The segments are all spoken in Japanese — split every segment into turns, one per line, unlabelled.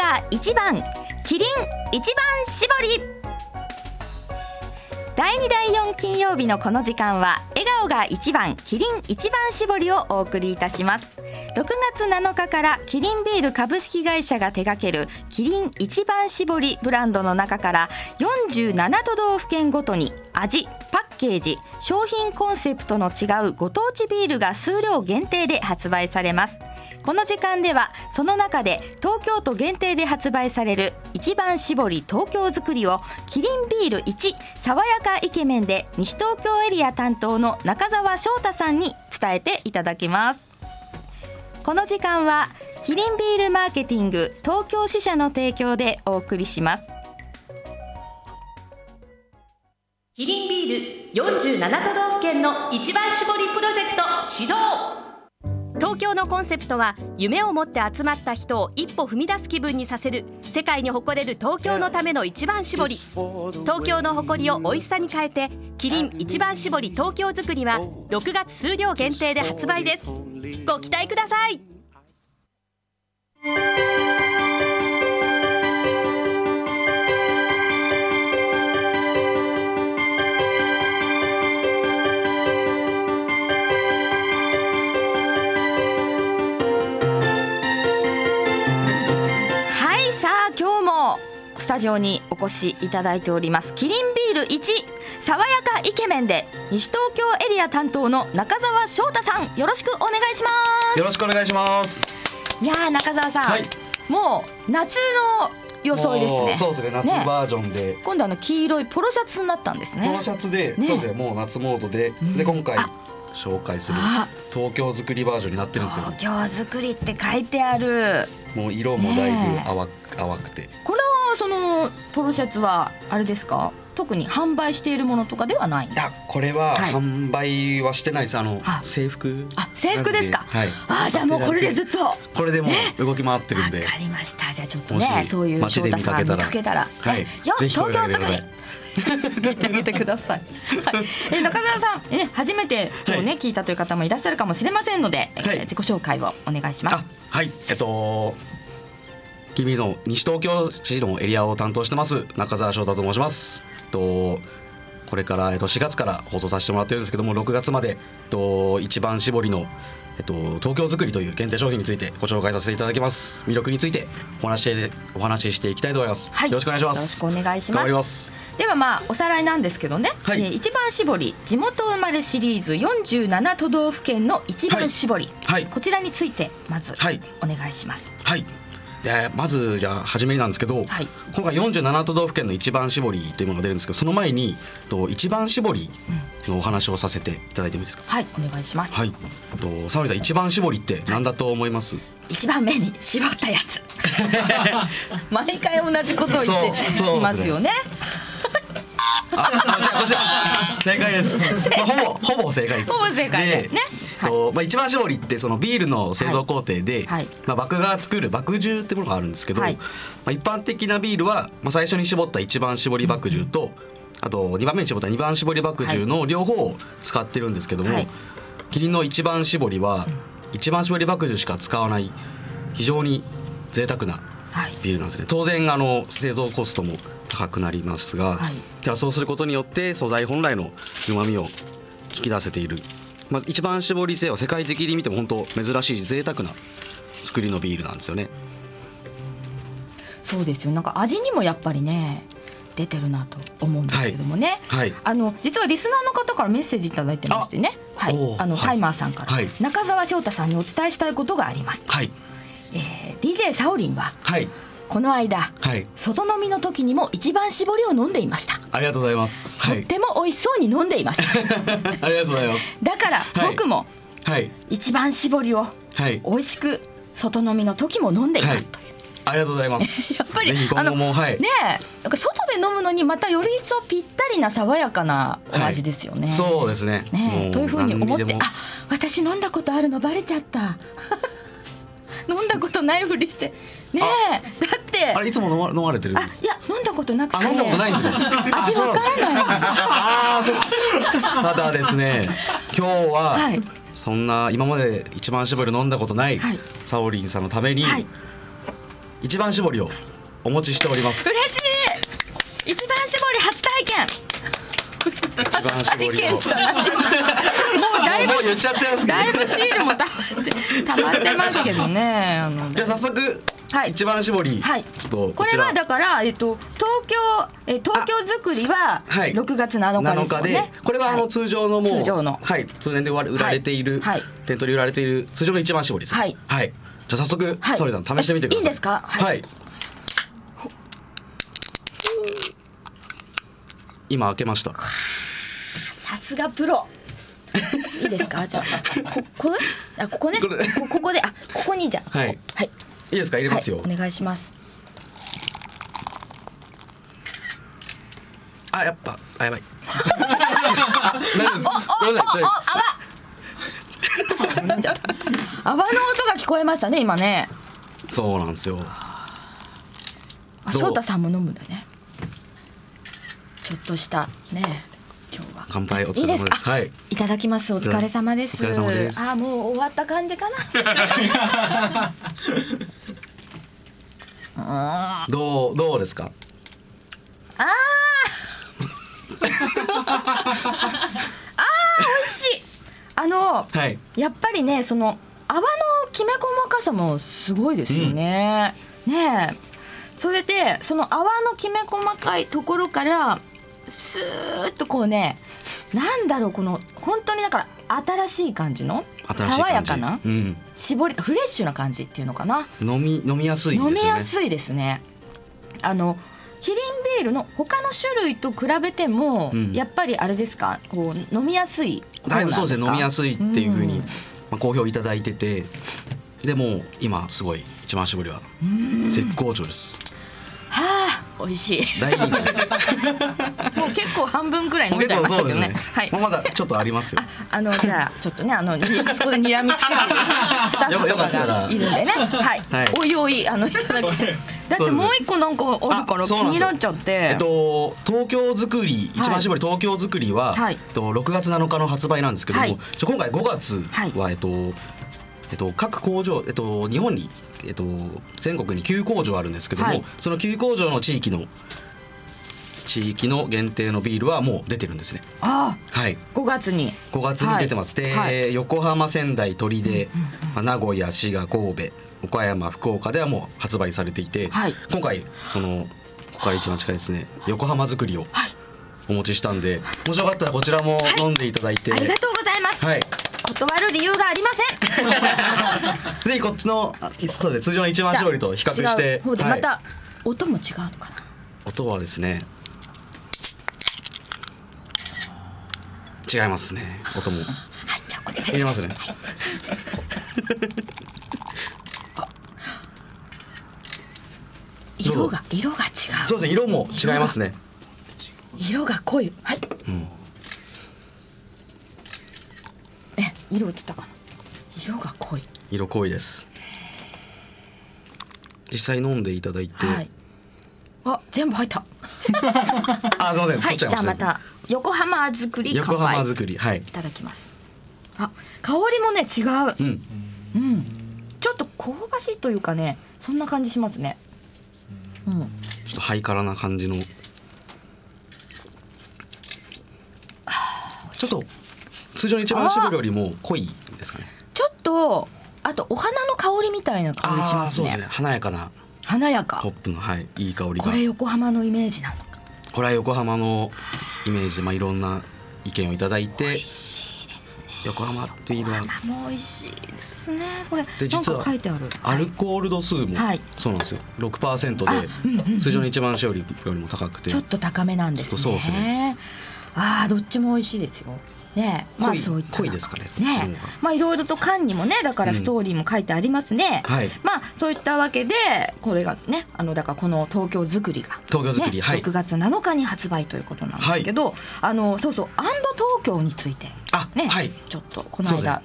番キリン一番搾り第2第4金曜日のこの時間は笑顔が一番キリン一番搾りをお送りいたします6月7日からキリンビール株式会社が手掛けるキリン一番搾りブランドの中から47都道府県ごとに味パッケージ商品コンセプトの違うご当地ビールが数量限定で発売されますこの時間ではその中で東京都限定で発売される一番搾り東京づくりをキリンビール1爽やかイケメンで西東京エリア担当の中澤翔太さんに伝えていただきますこの時間はキリンビールマーケティング東京支社の提供でお送りします
キリンビール47都道府県の一番搾りプロジェクト始動東京のコンセプトは夢を持って集まった人を一歩踏み出す気分にさせる世界に誇れる東京のための一番搾り東京の誇りを美味しさに変えてキリン一番搾り東京づくりは6月数量限定で発売ですご期待ください
はいさあ今日もスタジオにお越しいただいておりますキリンビール1爽やかイケメンで西東京エリア担当の中澤翔太さんよろしくお願いします
よろしくお願いします。
いやー中澤さん、
はい
もう夏の装いです
も
ね
うそうですね。夏バージョンで。
今度あの黄色いポロシャツになったんです
ポ
ね
ロシャツで、
ね
そうですね。もう夏モードで、で今回
あ
紹介する
あ
東京作りバージョンになってるんですよ。
東京づくりって書いてある
もう色もだい
ね
ぶ
え
淡く淡くて、
これはそのポロシャツはあれですか特に販売しているものとかではないん
い
です
やこれは
はい
販売はしてないです。あの
あ
制服。
あ制服ですか
なんはい。
あーじゃあもうこれでずっとわ
これでもう動き回ってるんで。
かりましたじゃあちょっと
も
ね
し
そういう
街で見かけたら
翔太さん見かけたら、
はい
ねよ
ぜひ
東京
声をかけ
づ
てく
く
だ
り
さい
言ってあげてください、はい、え中澤さん、ね、初めて今日ね、
はい
聞いたという方もいらっしゃるかもしれませんので、えー
はい
自己紹介をお願いします
あはいえっと君の西東京市のエリアを担当してます中澤翔太と申します。えっとこれからえっと4月から放送させてもらってるんですけども6月までえっと一番絞りのえっと東京づくりという限定商品についてご紹介させていただきます魅力についてお話ししてお話ししていきたいと思います。
はい
よろしくお願いします。
よろしくお願いします
頑張ります。
ではまあおさらいなんですけどね、
はい
えー一番絞り地元生まれシリーズ47都道府県の一番絞り、
はいはい
こちらについてまず
はい
お願いします、
はい。でまずじゃあ初めになんですけど、
はい
今回47都道府県の一番絞りというものが出るんですけどその前にと一番絞りのお話をさせていただいてもいいですか、
はい、お願いします、
はいと沙織さん一番絞りって何だと思います、
一番目に絞ったや つ毎回同じことを言
そうそう
っていますよね
ああじゃあこちら正解です、まあ、ほぼほぼ正解です
ほぼ正解でねはい
とまあ、一番絞りってそのビールの製造工程
は
で、
いはい
まあ、麦が作る麦汁ってものがあるんですけど、
はい
まあ、一般的なビールは、まあ、最初に絞った一番絞り麦汁と、あと2番目に絞った2番絞り麦汁の両方を使ってるんですけども、
はい
キリンの一番絞りは一番絞り麦汁しか使わない非常に贅沢な
はい
ビールなんですね当然あの製造コストも高くなりますが、
はい
じゃあそうすることによって素材本来のうまみを引き出せている、まあ、一番搾り性は世界的に見ても本当珍しい贅沢な作りのビールなんですよね
そうですよなんか味にもやっぱりね出てるなと思うんですけどもね、
はいはい
あの実はリスナーの方からメッセージいただいてましてねはい
おー
あの、
はい
タイマーさんから、
はい
中澤翔太さんにお伝えしたいことがあります、
はい
えー、DJ サオリンは
はい
この間、
はい
外飲みの時にも一番絞りを飲んでいました、
ありがとうございますは
とっ
い
ても美味しそうに飲んでいました
ありがとうございます
だから
はい
僕も
はい
一番絞りを
はい
美味しく外飲みの時も飲んでいます、という
ありがとうございます
やっぱり
ぜひ今
あの
後もはい
ねえなんか外で飲むのにまたより一層ぴったりな爽やかなお味ですよね。
そうですね
ね
も
えというふうに思って
何で
あ
も
私飲んだことあるのバレちゃった 飲んだことないふりしてねえだって
あれいつも飲ま飲まれてるん
あ
です
いや飲んだことなく
あ
て
飲んだことないんですね。あ
味わからない の
あそうあーそう。ただですね、今日は、
はい
そんな今まで一番搾りを飲んだことない、
はい
サオリンさんのために、
はい
一番搾りをお持ちしております
嬉しい一番絞り初体験
一番
体
絞 り
験
の
じゃないもうだいぶ
もう言っちゃったやつ
だいぶシールもたまってたまってますけどねあの
じゃあ早速、
はい
一番絞り、
はい
ちょっと
こ
こち
れ
ら
はだから、えっと、東京、え東京作りは
はい
6月7日ですもんね。
7日でこれはあの
い
通常のもう、
通常の
はい、通年で売ら売られている、
はいはい
店頭で売られている通常の一番絞りです
はい
じゃあ早速、
はい
沙織さん試してみてくださ
え
い
いいですかは
はいい、今開けました
さすがプ ロ。いいですか、じゃあ、こ、これ、あ、ここね、こ
これ
ここで、あ、ここにじゃあ、
はい
はい、
いいですか入れますよ、
はいお願いします。
あやっぱあやばいあ大丈夫ですごめんなさいちょっと
泡の音が聞こえましたね、今ね。
そうなんですよ
あ、
どう
翔太さんも飲むんだね。ちょっとした、ね、今日は。
乾杯お疲
いい
れ様
で
ですす
か。
はい
いただきます。お疲れ様です。
お疲れ様です
あー、もう終わった感じかな。うーん
どうどうですか
あーあー美味しいあの
はい
やっぱりねその泡のきめ細かさもすごいですよね、ねえそれでその泡のきめ細かいところからスーッとこうねなんだろうこの本当にだから新しい感じの
新しい感じ
爽やかな
うん
絞りフレッシュな感じっていうのかな
飲み飲みやすいですよ
飲
ね
みやすいですね。あのキリンビールの他の種類と比べても、
うん
やっぱりあれですか、こう飲みやすい方
だ
ないん
ぶ
か。
そうですね飲みやすいっていうふう
ん
に、まあ、好評いただいててでもう今すごい一番搾りは絶好調です
はあ、美味しい。
大人気です
もう結構半分くらい飲
もうん
じ
結
ゃいま
構
したけど
そうです
ね
ね。
はい
ま。あまだちょっとありますよ
あのじゃあちょっとねあのにあそこで睨み つけるスタッフとかがいるんでね、はい、
はい
おいおいあのいた だきだってもう一個なんかあるから気
あそうなんで
に
すよ
なっちゃって、
えっと、東京づくり一番搾り東京づくりは、
はい
えっと、6月7日の発売なんですけども、
はい
ちょ今回5月は、えっとえっと、各工場、えっと、日本に、えっと、全国に9工場あるんですけども、
はい
その9工場の地域の地域の限定のビールはもう出てるんですね。
あ
はい
5月に
5月に出てます、
はい
で、
はい
横浜仙台取手、まあ名古屋滋賀神戸岡山福岡ではもう発売されていて、
はい
今回そのここから一番近いですね横浜作りをお持ちしたんでもしよかったらこちらも飲んでいただいて、
あ
は
り
い
がとうございます、断る理由がありません。
ぜひこっちのあそうですね通常の一番搾りと比較し
違
て
う方で
は
ま
い
た音も違うのか
音はですね違いますね音も
な。はい、じゃあお願い
入
し
れ
ま。
ますすねどうぞ
色が色が違
そう
う。
ですね色も違いますね
色が濃い。はい。え、色映ったかな。色が濃い。
色濃いです実際飲んでいただいて、
はい。あ、全部入った。
あすいません、
は
取
い、
っち
じ
ゃい
ゃ
ま
あ
す
また横浜作り乾
横浜
杯。い
作りはい
ただきます。あ、香りもね違う
う。ん
うん。ちょっと香ばしいというかね、そんな感じしますね。うん。
ちょっとハイカラな感じのちょっと通常の一番搾りよりも濃いですかね
ちょっとあとお花の香りみたいな香りし
ああ
ま
ー
す
そう
ね
ですね華やかな
華やか
ホップのはいいい香りが
これ横浜のイメージなのか
これは横浜のイメージで、まあ、いろんな意見をいただいて
美味しいですね
横浜っていうのは
あもう美味しいですねこれ
で
なん
実
か
は
書いてある
アルコール度数も
はい
そうなんですよ6%
あ
で通常の一番搾りよりも高くて
ちょっと高めなんですね
ちょっとそうですね
ああどっちも美味しいですよねえまあ
濃い
そういった
濃いですかねこっちの
ね
方が
まあいろいろと缶にもねだからストーリーも書いてありますね、
はい
まあそういったわけでこれがねあのだからこの東京作りが
東京作り
ね
はい
6月7日に発売ということなんですけど、あのそうそう「アンド東京」について
あ
ね、
はい
ちょっとこの
そうですね
間
はい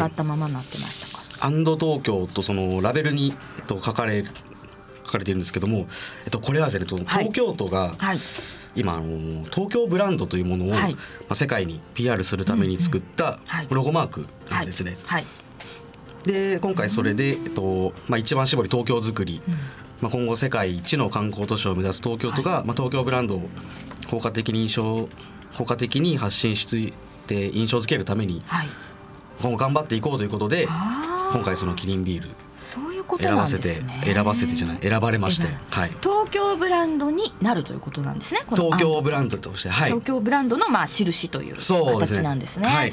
伺ったままになってましたから、
アンド東京とそのラベルにえっと書かれる書かれてるんですけども、えっと、これはですねと
はい
東京都が
はい
今、あの東京ブランドというものを、
はい
まあ、世界に PR するために作った
はい
ロゴマークな
は
ん
い
ですね。
はい
で今回それで、えっとまあ、一番搾り東京作りまあ、今後世界一の観光都市を目指す東京都が、まあ、東京ブランドを効果的に印象効果的に発信して印象付けるために
はい。
今後頑張っていこうということで
あ
今回そのキリンビール
あ、そういうこと
選
なん
ば
で
せ
すね
て、。選ばせてじゃない選ばれまして
選ば、
はい、
東京ブランドになるということなんですね。この
東京ブランドとしてはい
東京ブランドのまあ印という
そうですね
形なんですね。
はい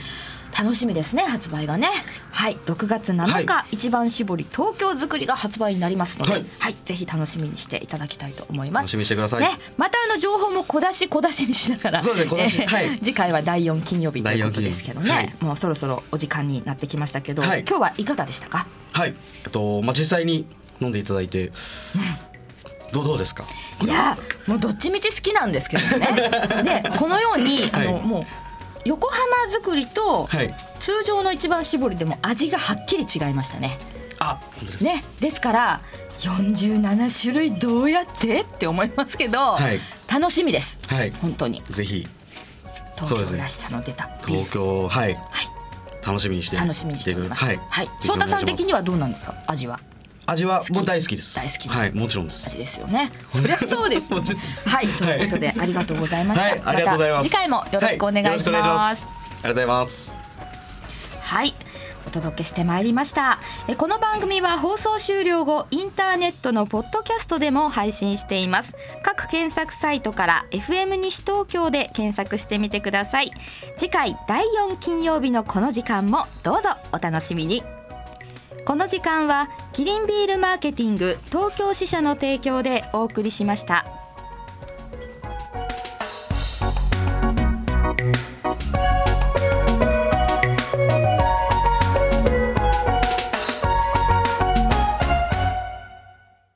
楽しみですね発売がねはい6月7日、
は
一番搾り東京づくりが発売になりますので、は
はいい
ぜひ楽しみにしていただきたいと思います
楽しみにしてください、
ね、またあの情報も小出し小出しにしながら
そうですね小出しはい
次回は第4金曜日ということ
第四金曜
で
日
すけどね、
はい
もうそろそろお時間になってきましたけど、
はい
今日はいかがでしたか
はいえっと、まあ、実際に飲んでいただいて、どうどうですか
いやもうどっちみち好きなんですけど ねでこのようにあの、
はい
もう横浜作りと、
はい
通常の一番搾りでも味がはっきり違いましたね
あ本当です
ねですから47種類どうやってって思いますけど、
はい
楽しみです
はい
本当に
ぜひそうで
東
す
京
ね
らしさの出たビール
東京はい、楽しみにして
楽しみにしております。
はい、
はい
ぜ、ひ
翔太さん的に
は
はどうなんですか、味は。
味はもう大好きです
大好き
はいもちろんです
味ですよね。そりゃそう ですよね、はい、ということで、ありがとうございました。
はいありがとうございま
た
す
次回もよろしくお願いします。
はよろくお願いしますありがとうございます
はいお届けしてまいりましたえこの番組は放送終了後インターネットのポッドキャストでも配信しています各検索サイトから FM 西東京で検索してみてください次回第4金曜日のこの時間もどうぞお楽しみにこの時間はキリンビールマーケティング東京支社の提供でお送りしました